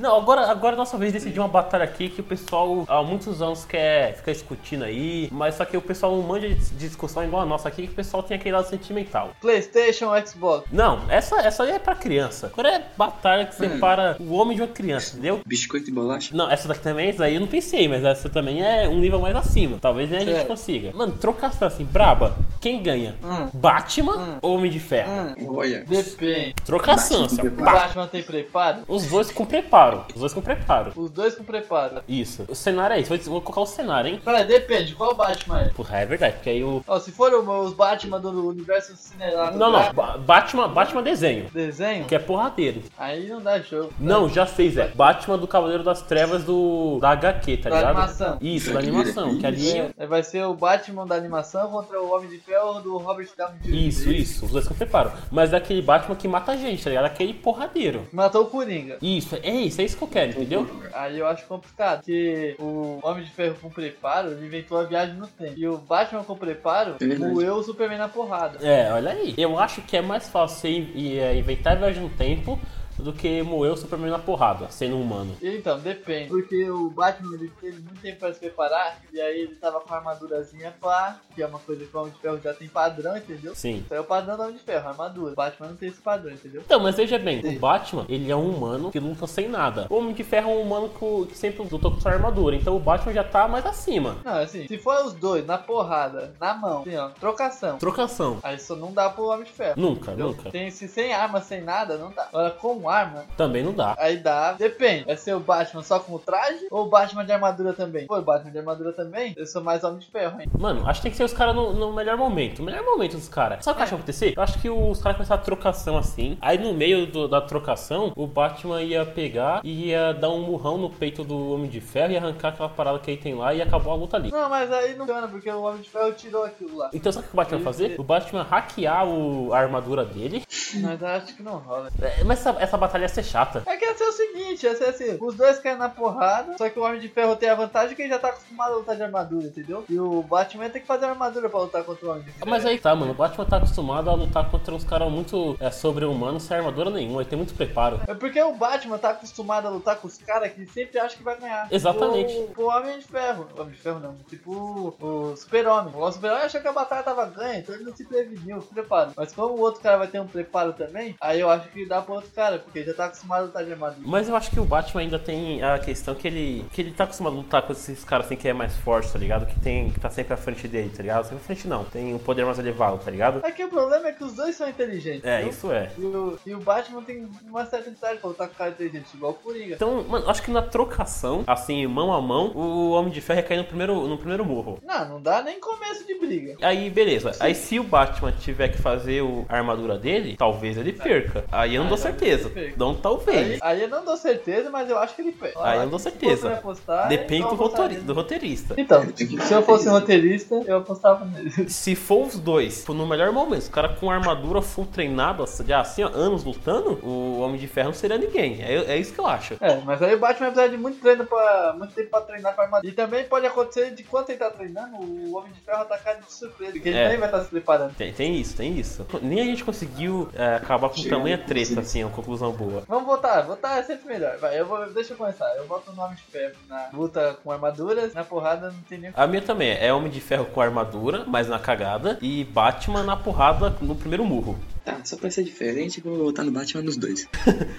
S1: Não, agora, agora é nossa vez de decidir uma batalha aqui que o pessoal há muitos anos quer ficar discutindo aí, mas só que o pessoal não manja de dis- discussão igual a nossa aqui, que o pessoal tem aquele lado sentimental.
S2: Playstation, Xbox.
S1: Não, essa, essa aí é pra criança. Agora é batalha que separa o homem de uma criança, entendeu?
S3: Biscoito e bolacha?
S1: Não, essa daqui também, essa daí eu não pensei, mas essa também é um nível mais acima. Talvez né, a gente
S2: Certo.
S1: consiga. Mano, trocação assim, braba. Quem ganha?
S2: Hum.
S1: Batman ou Homem de Ferro?
S3: né? Olha.
S2: Depende.
S1: Trocação, assim,
S3: Batman com
S1: ó,
S2: O
S1: pá.
S2: Hum. Batman tem preparo?
S1: Os dois com preparo. Os dois com preparo.
S2: Os dois com preparo.
S1: Isso. O cenário é isso. Vou, vou colocar o cenário, hein?
S2: Peraí, depende, qual Batman é?
S1: Porra, é verdade, porque aí o.
S2: Ó, se for o- os Batman do universo cinematográfico,
S1: Não, não. Ba- Batman, Batman desenho.
S2: desenho,
S1: Que é porradeiro.
S2: aí não dá jogo.
S1: Não, já fez, é. Batman do Cavaleiro das Trevas do. Da HQ, tá
S2: Da
S1: ligado?
S2: animação.
S1: Isso, da animação. Que ali.
S2: É, Vai ser o Batman da animação contra o Homem de Ferro do Robert Downey Jr.
S1: Isso, isso. Os dois com preparo. Mas é aquele Batman que mata a gente, tá ligado? Aquele porradeiro.
S2: Matou o Coringa.
S1: Isso, é isso, é isso que eu quero, entendeu?
S2: Aí eu acho complicado, porque o Homem de Ferro com preparo ele inventou a viagem no tempo. E o Batman com preparo
S3: É verdade.
S2: moeu o Superman na porrada.
S1: É, olha aí. Eu acho que é mais fácil você in- e, é, inventar a viagem no tempo do que moer o Superman na porrada, sendo um humano.
S2: Então, depende. Porque o Batman ele teve muito tempo pra se preparar. E aí ele tava com a armadurazinha pá, que é uma coisa que o Homem de Ferro já tem padrão, entendeu?
S1: Sim.
S2: Então é o padrão do Homem de Ferro, armadura. O Batman não tem esse padrão, entendeu?
S1: Então, mas veja bem, o Batman, ele é um humano que luta sem nada. O Homem de Ferro é um humano co- que sempre lutou com sua armadura, então o Batman já tá mais acima.
S2: Não, assim, se for os dois na porrada, na mão, assim, ó, trocação.
S1: Trocação.
S2: Aí só não dá pro Homem de Ferro.
S1: Nunca,
S2: Entendeu?
S1: nunca.
S2: Tem, se sem arma, sem nada, não dá. Agora com com arma?
S1: Também não dá.
S2: Aí dá, depende. Vai ser o Batman só com o traje ou o Batman de armadura também? Pô, o Batman de armadura também? Eu sou mais homem de ferro, hein?
S1: Mano, acho que tem que ser os caras no, no melhor momento. O melhor momento dos caras. Sabe o que eu acho que ia acontecer? Eu acho que os caras começaram a trocação assim. Aí no meio do- da trocação, o Batman ia pegar e ia dar um murrão no peito do Homem de Ferro e arrancar aquela parada que ele tem lá e acabou a luta ali.
S2: Não, mas aí não funciona, porque o homem de ferro tirou aquilo lá.
S1: Então sabe o que o Batman ia fazer? O Batman ia hackear o- a armadura dele.
S2: Mas eu acho que não rola.
S1: É, Mas essa, essa batalha ia ser chata.
S2: É que ia ser o seguinte, ia ser assim, os dois caem na porrada, só que o Homem de Ferro tem a vantagem que ele já tá acostumado a lutar de armadura, entendeu? E o Batman tem que fazer armadura pra lutar contra o Homem de Ferro.
S1: Mas aí tá, mano. O Batman tá acostumado a lutar contra uns caras muito é, sobre-humanos sem armadura nenhuma. Ele tem muito preparo.
S2: É porque o Batman tá acostumado a lutar com os caras que sempre acha que vai ganhar.
S1: Exatamente.
S2: O, o Homem de Ferro. O Homem de Ferro não. Tipo o Super-Homem. O Super-Homem achou que a batalha tava ganha, então ele não se preveniu, se preparo. Mas como o outro cara vai ter um preparo também, aí eu acho que dá pro outro cara, porque ele já tá acostumado a lutar de armadura.
S1: Mas eu acho que o Batman ainda tem a questão que ele, que ele tá acostumado a lutar com esses caras assim que é mais forte, tá ligado? Que tem que tá sempre à frente dele, tá ligado? Sempre à frente não, tem um poder mais elevado, tá ligado?
S2: É que o problema é que os dois são inteligentes.
S1: É,
S2: viu?
S1: isso é.
S2: E o, e o Batman tem uma certa vantagem pra lutar com o cara inteligente, igual o Coringa.
S1: Então, mano, acho que na trocação, assim, mão a mão, o Homem de Ferro ia cair no primeiro, no primeiro murro.
S2: Não, não dá nem começo de briga.
S1: Aí, beleza. Aí, se o Batman tiver que fazer o, a armadura dele, talvez ele perca. Aí eu não dou
S2: Aí,
S1: certeza.
S2: ele perca.
S1: Não,
S2: Aí,
S1: talvez.
S2: aí eu não dou certeza, mas eu acho que ele perde.
S1: Aí eu não dou
S2: Se
S1: certeza.
S2: fosse eu apostar,
S1: Depende
S2: então
S1: do,
S2: eu apostaria
S1: roteiri- do roteirista.
S2: Então, se eu fosse um roteirista, eu apostava nele.
S1: Se for os dois, tipo, no melhor momento, o cara com armadura full treinado, assim, já assim, ó, anos lutando, o Homem de Ferro não seria ninguém. É, é isso que eu acho.
S2: É, mas aí o Batman vai precisar de muito treino pra. muito tempo pra treinar com a armadura. E também pode acontecer de quando ele tá treinando, o Homem de Ferro atacar de surpresa, porque ele
S1: É.
S2: nem vai estar se preparando.
S1: Tem, tem isso, tem isso. Nem a gente conseguiu é, acabar com
S3: Chega,
S1: tamanha treta,
S3: inclusive.
S1: assim, é uma conclusão boa.
S2: Vamos votar, votar é sempre melhor. Vai, eu vou. Deixa eu começar. Eu voto no Homem de Ferro na luta com armaduras, na porrada não tem nem.
S1: A minha também é Homem de Ferro com armadura, mas na cagada, e Batman na porrada no primeiro murro.
S3: Tá, só pra ser diferente, vou votar no Batman nos dois.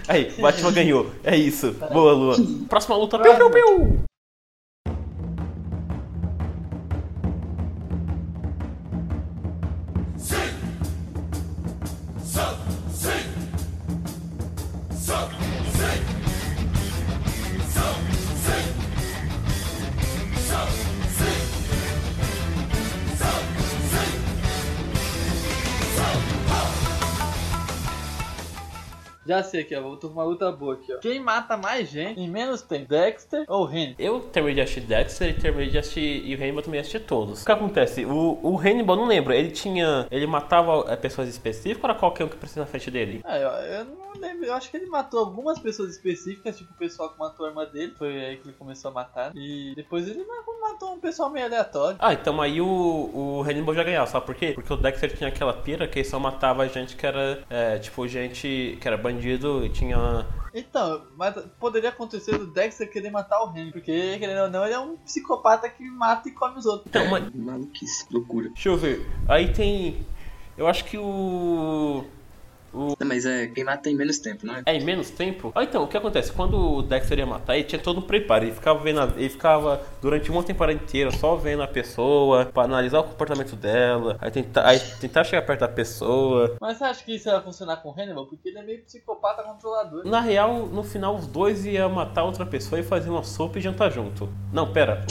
S1: Aí, Batman ganhou. É isso. Boa, Lua. Próxima luta. Piu, piu, piu.
S2: Já sei aqui, ó. Vou tomar uma luta boa aqui, ó. Quem mata mais gente em menos tempo? Dexter ou Henry?
S1: Eu terminei de assistir Dexter e terminei de assistir. E o Hannibal também assisti todos. O que acontece? O, o Hannibal, não lembro, ele tinha. Ele matava eh, pessoas específicas ou era qualquer um que aparecia na frente dele?
S2: Ah, eu, eu não lembro. Eu acho que ele matou algumas pessoas específicas, tipo o pessoal que matou a irmã dele. Foi aí que ele começou a matar. E depois ele ma- matou um pessoal meio aleatório.
S1: Ah, então aí o, o Hannibal já ganhava, sabe por quê? Porque o Dexter tinha aquela pira que ele só matava gente que era, eh, tipo, gente que era bandido e tinha.
S2: Então, mas poderia acontecer do Dexter querer matar o Henry. Porque, querendo ou não, ele é um psicopata que mata e come os outros.
S1: Então, mas
S3: Maluquice, loucura.
S1: Deixa eu ver. Aí tem. Eu acho que o.
S3: Não, mas é, quem mata tem menos tempo, não é?
S1: É, em menos tempo? Ah, então, o que acontece? Quando o Dexter ia matar, ele tinha todo um preparo. Ele ficava vendo. a- Ele ficava durante uma temporada inteira só vendo a pessoa, pra analisar o comportamento dela, aí tentar, aí tentar chegar perto da pessoa.
S2: Mas você acha que isso ia funcionar com o Hannibal? Porque ele é meio psicopata controlador.
S1: Na real, no final, os dois iam matar outra pessoa e fazer uma sopa e jantar junto. Não, pera,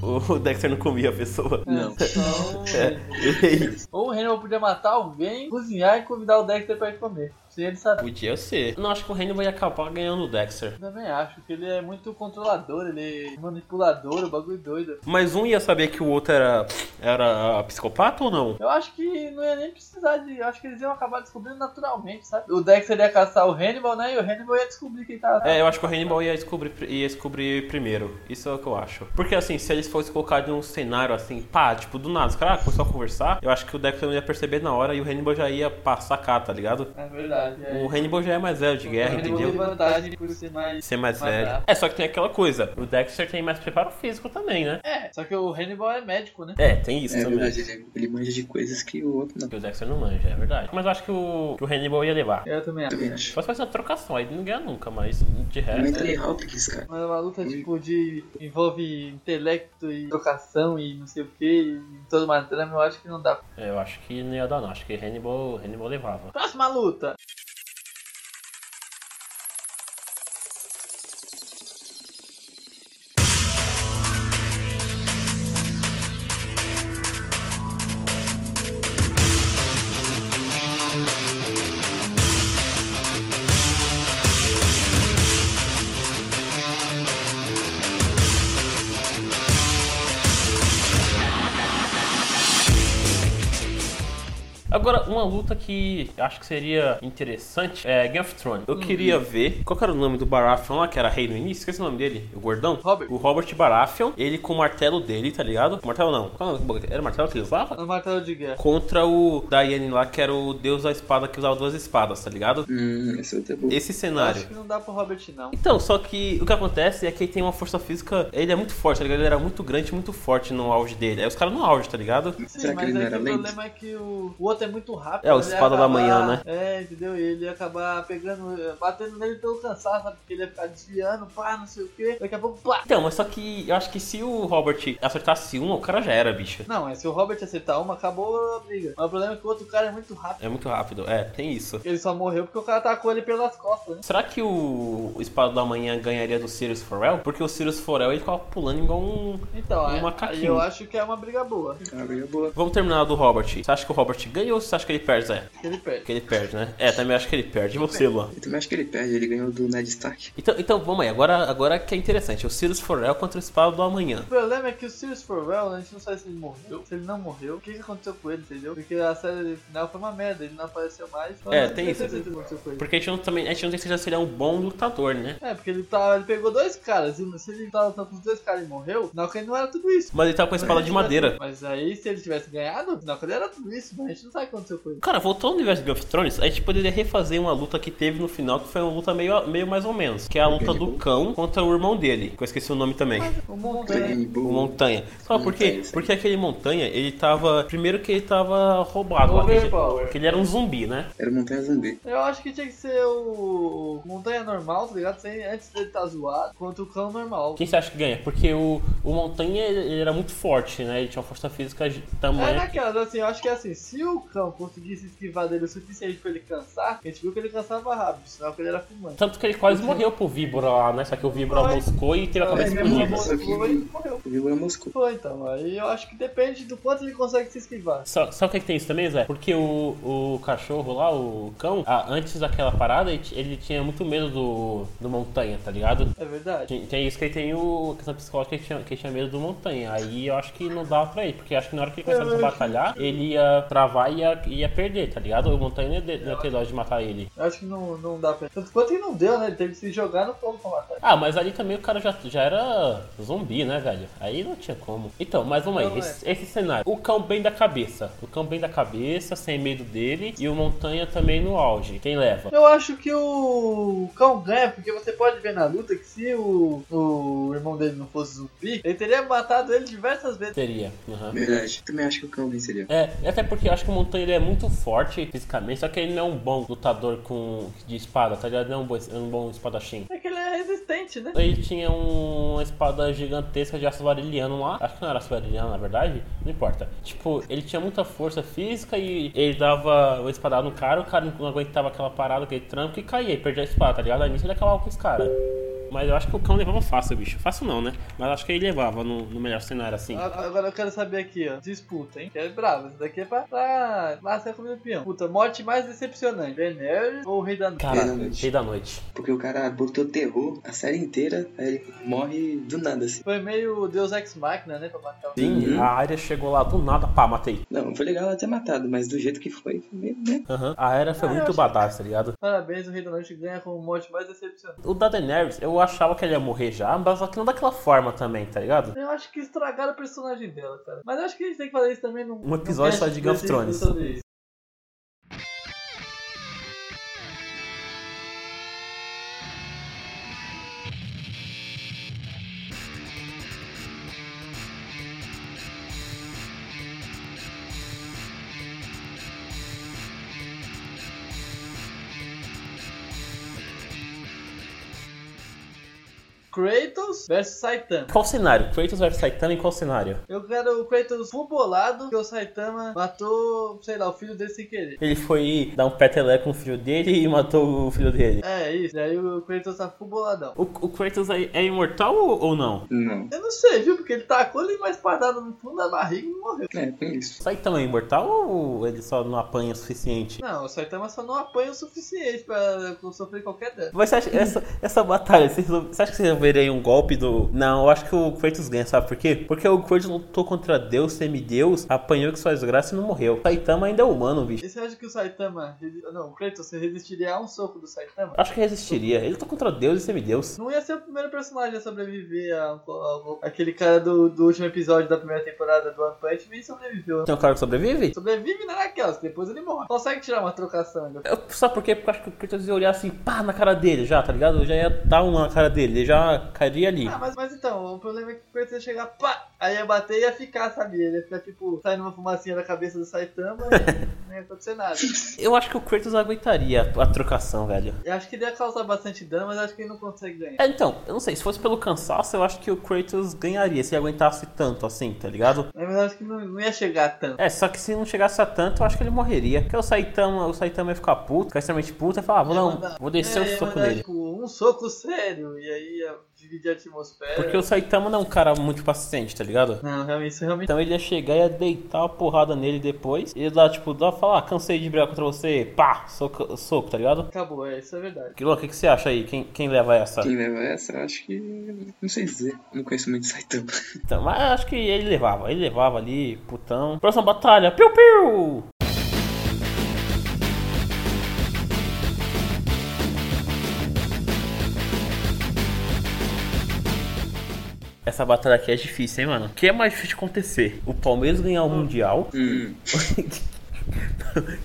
S1: o, o Dexter não comia a pessoa. É,
S3: Não.
S2: Né? Então, ou o Hannibal podia matar alguém, cozinhar e convidar o Dexter pra ir comer. Se ele sabe.
S1: Podia ser. Não, acho que o Hannibal ia acabar ganhando o Dexter.
S2: Eu também acho que ele é muito controlador, ele é manipulador, o bagulho doido.
S1: Mas um ia saber que o outro era, era psicopata ou não?
S2: Eu acho que não ia nem precisar de. Eu acho que eles iam acabar descobrindo naturalmente, sabe? O Dexter ia caçar o Hannibal, né? E o Hannibal ia descobrir quem tava.
S1: É, eu acho que o Hannibal ia descobrir, ia descobrir primeiro. Isso é o que eu acho. Porque assim, se eles fossem colocar em um cenário assim, pá, tipo, do nada, os caras começaram a conversar, eu acho que o Dexter não ia perceber na hora e o Hannibal já ia passar cá, tá ligado?
S2: É verdade. É.
S1: O Hannibal já é mais velho de guerra,
S2: o Hannibal tem
S1: entendeu?
S2: vantagem por ser mais.
S1: Ser mais
S2: mais
S1: velho.
S2: rápido.
S1: É, só que tem aquela coisa, o Dexter tem mais preparo físico também, né?
S2: É, só que o Hannibal é médico, né?
S1: É, tem isso
S3: É
S1: também.
S3: verdade, ele, ele manja de coisas que o outro não.
S1: Que o Dexter não manja, é verdade. Mas eu acho que o, que o Hannibal ia levar.
S2: Eu também acho.
S3: Também acho.
S1: Só se fosse uma trocação, aí não ganha nunca, mas de resto.
S3: Anthony Hopkins, cara.
S2: Mas é uma luta tipo de. envolve intelecto e trocação e não sei o que, e toda uma trama, eu acho que não dá.
S1: Eu acho que não ia dar, não. Acho que Hannibal, Hannibal levava.
S2: Próxima luta!
S1: Agora, uma luta que acho que seria interessante é Game of Thrones. Eu queria ver qual que era o nome do Baratheon lá, que era rei no início. Esqueci o nome dele. O gordão?
S2: Robert.
S1: O Robert Baratheon. Ele com o martelo dele, tá ligado? Martelo não. Qual era o nome? Era o martelo que ele usava?
S2: No martelo de guerra.
S1: Contra o Diane lá, que era o deus da espada que usava duas espadas, tá ligado?
S3: Hum, essa outra é boa.
S1: Esse cenário.
S2: Acho que não dá pro Robert, não.
S1: Então, só que o que acontece é que ele tem uma força física. Ele é muito forte, tá ligado? Ele era muito grande, muito forte no auge dele. Aí os caras no auge, tá ligado?
S3: Será
S2: Sim,
S3: que ele
S2: mas
S3: não
S2: aí
S3: era
S2: o
S3: lento?
S2: problema é que o, o outro é muito rápido.
S1: É, o
S2: ele ia
S1: espada da
S2: acabar-
S1: manhã, né?
S2: É, entendeu? E ele ia acabar pegando, eh, batendo nele pelo cansaço, sabe? Porque ele ia ficar desviando, pá, não sei o quê. Daqui a pouco, plá!
S1: Então, mas só que eu acho que se o Robert acertasse uma, o cara já era, bicho.
S2: Não, é se o Robert acertar uma, acabou a briga. Mas o problema é que o outro cara é muito rápido.
S1: É muito rápido, é, tem isso.
S2: Ele só morreu porque o cara tacou ele pelas costas, né?
S1: Será que o Espada da Manhã ganharia do Sirius Forel? Porque o Sirius Forel ele ficava pulando igual um.
S2: Então,
S1: Um
S2: é,
S1: macaquinho.
S2: aí eu acho que é uma briga boa.
S3: Ah, bem, é boa.
S1: Vamos terminar do Robert. Você acha que o Robert ganha ou você acha que ele perde, Zé?
S2: Que ele perde.
S1: Que ele perde, né? É, também acho que ele perde. E você, Luan?
S3: Eu também acho que ele perde, ele ganhou do Ned Stark.
S1: Então, então vamos aí, agora, agora que é interessante. O Sirius Forel contra o Espada do Amanhã.
S2: O problema é que o Sirius Forwell, a gente não sabe se ele morreu, se ele não morreu, o que que aconteceu com ele, entendeu? Porque a série final foi uma merda, ele não apareceu mais. Mas
S1: É,
S2: eu não
S1: tem
S2: sei
S1: isso,
S2: o que aconteceu com ele.
S1: Porque a gente não, também, a gente não tem certeza se ele é um bom lutador, né?
S2: É, porque ele tá. Ele pegou dois caras, e se ele tava lutando com os dois caras e morreu, não que ele não era tudo isso.
S1: Mas ele tava com a espada de madeira.
S2: Mas aí, se ele tivesse ganhado, não que ele era tudo isso, mas a gente não sabe o que aconteceu com ele.
S1: Cara, voltando ao universo de Game of Thrones, a gente poderia refazer uma luta que teve no final, que foi uma luta meio, meio mais ou menos. Que é a luta do cão contra o irmão dele, que eu esqueci o nome também.
S2: O Montanha.
S3: Ganhei
S1: O
S3: boa.
S1: Montanha. Sabe por quê?
S3: Montanha, sim.
S1: Porque aquele Montanha, ele tava... Primeiro que ele tava roubado lá. que ele-
S2: Overpower.
S1: Que ele era um zumbi, né?
S3: Era Montanha Zumbi.
S2: Eu acho que tinha que ser o Montanha normal, tá ligado? Sem, antes dele tá zoado, contra o cão normal.
S1: Quem você acha que ganha? Porque o, o Montanha, ele ele era muito forte, né? Ele tinha uma força física de
S2: É
S1: tamanho.
S2: naquelas, assim, eu acho que é assim, se o cão conseguisse esquivar dele o suficiente pra ele cansar, a gente viu que ele cansava rápido, senão que ele era fumante.
S1: Tanto que ele quase morreu pro Víbora lá, né? Só que o Víbora
S2: Ai.
S1: moscou e teve a cabeça
S2: Ele
S3: explodiu,
S1: explodida.
S2: morreu,
S3: isso aqui.
S2: ele morreu.
S3: O vilão é Moscou.
S2: Pô, então, aí eu acho que depende do quanto ele consegue se esquivar.
S1: Só, sabe o que, que tem isso também, Zé? Porque o, o cachorro lá, o cão, ah, antes daquela parada, ele, t- ele tinha muito medo do, do montanha, tá ligado?
S2: É verdade.
S1: Tem, tem isso que ele tem o a questão psicológica que ele, tinha, que ele tinha medo do montanha. Aí eu acho que não dava pra ele, porque acho que na hora que ele começava a batalhar, ele ia travar e ia, ia perder, tá ligado? O montanha não ia de- não ia ter dó de matar ele.
S2: Eu acho que não, não dá pra. Tanto quanto ele não deu, né? Ele teve que se jogar no fogo pra matar.
S1: Ah, mas ali também o cara já, já era zumbi, né, velho? Aí não tinha como. Então, mas vamos aí,
S2: Não, é.
S1: esse, esse cenário. O cão bem da cabeça. O cão bem da cabeça, sem medo dele. E o montanha também no auge. Quem leva?
S2: Eu acho que o cão ganha, porque você pode ver na luta que se o, o irmão dele não fosse zumbi, ele teria matado ele diversas vezes.
S1: Seria. Aham.
S3: Verdade. Também acho que o cão venceria.
S1: É, até porque eu acho que o Montanha ele é muito forte fisicamente, só que ele não é um bom lutador com, de espada, tá ligado? Não é um bom, é um bom espadachim.
S2: É que ele é resistente, né?
S1: Ele tinha um- uma espada gigantesca de aço variliano lá. Acho que não era aço variliano, na verdade. Não importa. Tipo, ele tinha muita força física e ele dava uma espadada no cara, o cara não aguentava aquela parada, aquele tranco e caía, e perdia a espada, tá ligado? Aí nisso ele acabava com os caras. Mas eu acho que o cão levava fácil, bicho. Fácil não, né? Mas acho que ele levava no, no melhor cenário, assim.
S2: A- Agora eu quero saber aqui, ó. Disputa, hein? Que é bravo. Isso daqui é pra. pra massa comida do peão. Puta, morte mais decepcionante. Daenerys ou o Rei da Noite?
S1: Cara,
S3: Rei da noite.
S1: rei da noite.
S3: Porque o cara botou terror a série inteira, aí ele morre do nada, assim.
S2: Foi meio Deus Ex Machina, né? Pra matar o.
S1: Sim,
S3: Uhum.
S1: a área chegou lá do nada, pá, matei.
S3: Não, foi legal ela ter matado, mas do jeito que foi, foi meio, né?
S1: Aham. A era foi
S2: Ah, eu
S1: muito
S2: acho-
S1: badass, tá ligado?
S2: Parabéns, o Rei da Noite ganha com o morte mais decepcionante.
S1: O da Daenerys, eu achava que ele ia morrer já, mas só que não daquela forma também, tá ligado?
S2: Eu acho que estragaram o personagem dela, cara. Mas eu acho que a gente tem que fazer isso também num.
S1: Um episódio
S2: num
S1: só de Game of
S2: cast
S1: Thrones.
S2: sobre isso. Kratos versus Saitama.
S1: Qual cenário? Kratos versus Saitama em qual cenário?
S2: Eu quero o Kratos full bolado, porque o Saitama matou, sei lá, o filho dele sem querer.
S1: Ele foi dar um peteleco no filho dele e matou o filho dele.
S2: É isso, e aí o Kratos tá full boladão.
S1: O, o Kratos é, é imortal ou, ou não?
S3: Não.
S2: Eu não sei, viu? Porque ele tacou ali uma espadada no fundo da barriga e morreu.
S3: É, com isso.
S1: O Saitama é imortal ou ele só não apanha o suficiente?
S2: Não, o Saitama só não apanha o suficiente pra sofrer qualquer dano.
S1: Mas você acha, essa, essa batalha, você, resol- você acha que você resolveria verei um golpe do. Não, eu acho que o Kratos ganha, sabe por quê? Porque o Kratos lutou contra Deus, semideus, apanhou que sua desgraça e não morreu. Saitama ainda é humano, bicho.
S2: E você acha que o Saitama. resi- Não, o Kratos, você resistiria a um soco do Saitama?
S1: Acho que resistiria. Ele lutou contra Deus e semideus.
S2: Não ia ser o primeiro personagem a sobreviver a, um a- a- aquele cara do, do último episódio da primeira temporada do One Punch Man sobreviveu.
S1: Tem um cara que sobrevive?
S2: Sobrevive na Naquelas, depois ele morre. Consegue tirar uma trocação ainda.
S1: Eu, sabe por quê? Porque eu acho que o Kratos ia olhar assim, pá, na cara dele já, tá ligado? Eu já ia dar uma na cara dele, ele já cairia ali.
S2: Ah, mas, mas então, o problema é que quando você chegar, pá, aí ia bater e ia ficar, sabe? Ele ia ficar tipo, saindo uma fumacinha da cabeça do Saitama e não ia acontecer nada.
S1: Eu acho que o Kratos aguentaria a, a trocação, velho.
S2: Eu acho que ele ia causar bastante dano, mas acho que ele não consegue ganhar.
S1: É, então, eu não sei, se fosse pelo cansaço, eu acho que o Kratos ganharia se ele aguentasse tanto assim, tá ligado?
S2: Na verdade, acho que não, não ia chegar tanto.
S1: É, só que se não chegasse a tanto, eu acho que ele morreria. Porque o Saitama, o Saitama ia ficar puto, ficar extremamente puto, e falar, ah, vou, dar um- vou descer
S2: é,
S1: um
S2: ia
S1: soco
S2: mandar,
S1: nele.
S2: Tipo, um soco sério, e aí ia dividir a atmosfera.
S1: Porque o Saitama não é um cara muito paciente, tá ligado?
S2: Não, realmente, isso realmente.
S1: Então ele ia chegar e ia deitar uma porrada nele depois. E ia dar, tipo, dar falar, ah, cansei de brigar contra você, pá, soco, soco tá ligado?
S2: Acabou, é, isso é verdade.
S1: Guilherme, o que, que você acha aí? Quem, quem leva essa?
S3: Quem leva essa, eu acho que. Não sei dizer. Não conheço muito Saitama.
S1: Então, mas acho que ele levava, ele levava ali, putão. Próxima batalha, piu-piu! Essa batalha aqui é difícil, hein, mano? O que é mais difícil de acontecer? O Palmeiras ganhar o Mundial?
S3: Hum.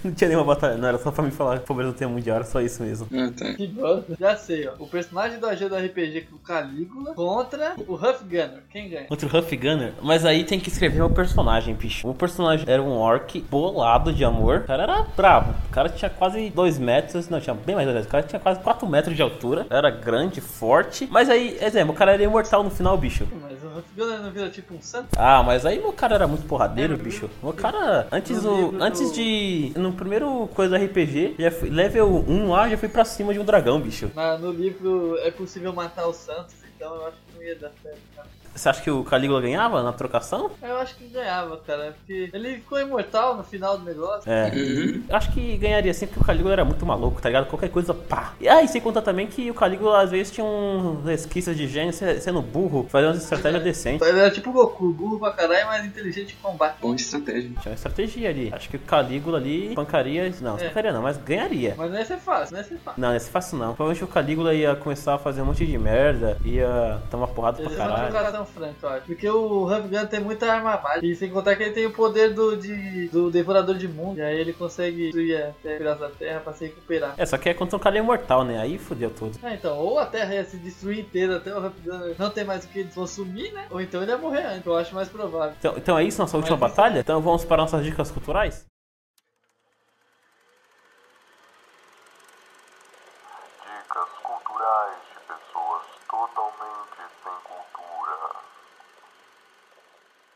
S1: não tinha nenhuma batalha, não, era só pra me falar que o Palmeiras não tem Mundial, era só isso mesmo.
S3: Ah, tá.
S2: Que bosta. Já sei, ó. O personagem do AG do RPG que é o Calígula contra o Huff Gunner. Quem ganha?
S1: Contra o Huff Gunner. Mas aí tem que escrever o personagem, bicho. O personagem era um orc bolado de amor. O cara era bravo. O cara tinha quase 2 metros. Não, tinha bem mais aliás. O cara tinha quase 4 metros de altura. Era grande, forte. Mas aí, exemplo, o cara era imortal no final, bicho.
S2: Mas o Huff Gunner não vira tipo um santo?
S1: Ah, mas aí meu cara era muito porradeiro, bicho. Meu cara, antes
S2: No
S1: do.
S2: livro
S1: Antes
S2: do-
S1: de. No primeiro coisa do RPG, já fui, level 1 lá, já fui pra cima de um dragão, bicho.
S2: Na- no livro é possível matar os santos, então eu acho que não ia dar certo. cara.
S1: Você acha que o Calígula ganhava na trocação?
S2: Eu acho que ganhava, cara, porque ele ficou imortal no final do negócio.
S1: É.
S3: Uhum.
S1: Eu acho que ganharia sempre porque o Calígula era muito maluco, tá ligado? Qualquer coisa, pá. E aí, sem contar também que o Calígula às vezes tinha uns resquícios de gênio se- sendo burro, fazendo uma estratégia decente.
S2: Ele era tipo o Goku, burro pra caralho, mas inteligente em combate.
S3: Bom de estratégia.
S1: Tinha uma estratégia ali. Acho que o Calígula ali pancaria. Não,
S2: É.
S1: pancaria não, mas ganharia.
S2: Mas não ia ser fácil, não ia ser fácil.
S1: Não, não é fácil não. Provavelmente o Calígula ia começar a fazer um monte de merda, ia tomar porrada pra
S2: Ele é uma
S1: caralho.
S2: trocação franca, eu acho. Porque o Huff Gunner tem muita arma mágica. E sem contar que ele tem o poder do, de, do Devorador de Mundo. E aí ele consegue destruir a terra da Terra pra se recuperar.
S1: É, só que é contra um cara imortal, né? Aí fodeu tudo.
S2: Ah, então, ou a Terra ia se destruir inteira até o Huff Gunner não ter mais o que eles vão sumir, né? Ou então ele ia morrer antes, eu acho mais provável.
S1: Então, então é isso, nossa última
S2: Mas-
S1: batalha? Então vamos para nossas dicas culturais?
S6: Dicas culturais de pessoas totalmente sem cultura.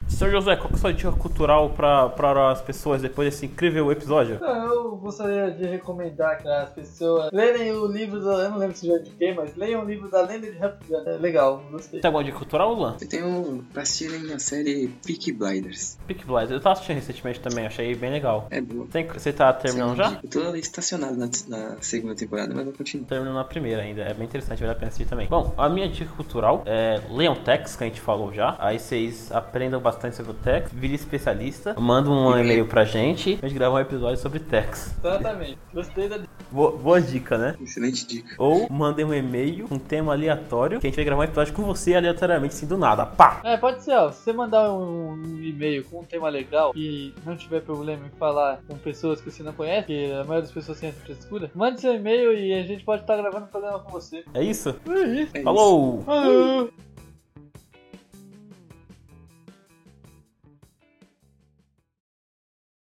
S1: Senhor José, qual que é a sua dica cultural pra, pra as pessoas depois desse incrível episódio?
S2: Então, eu gostaria de recomendar que as pessoas lerem o livro da. Eu não lembro se já indiquei, mas leiam o livro da Lenda de Huff Gunner. É legal, gostei.
S1: Tem alguma dica cultural, Luan?
S3: Eu tenho pra assistirem a série Peaky Blinders.
S1: Peak Blinders. Eu tava assistindo recentemente também, achei bem legal.
S3: É boa.
S1: Tem- Você tá terminando já?
S3: Eu tô estacionado na, na segunda temporada, mas eu continuo.
S1: Terminando a primeira ainda, é bem interessante, vale a pena assistir também. Bom, a minha dica cultural é leiam Tex, que a gente falou já. Aí vocês aprendam bastante sobre o Tex, vire especialista, manda um e-mail pra gente, a gente grava um episódio sobre Tex.
S2: Exatamente. Gostei da.
S1: Boa, boa dica, né?
S3: Excelente dica.
S1: Ou mandem um e-mail, um tema aleatório, que a gente vai gravar um episódio com você aleatoriamente, assim, do nada. Pá!
S2: É, pode ser, ó. Se você mandar um, um e-mail com um tema legal e não tiver problema em falar com pessoas que você não conhece, que a maioria das pessoas tem essa frescura, mande seu e-mail e a gente pode estar gravando um programa com você.
S1: É isso?
S2: É isso.
S3: É isso.
S1: Falou!
S2: Falou.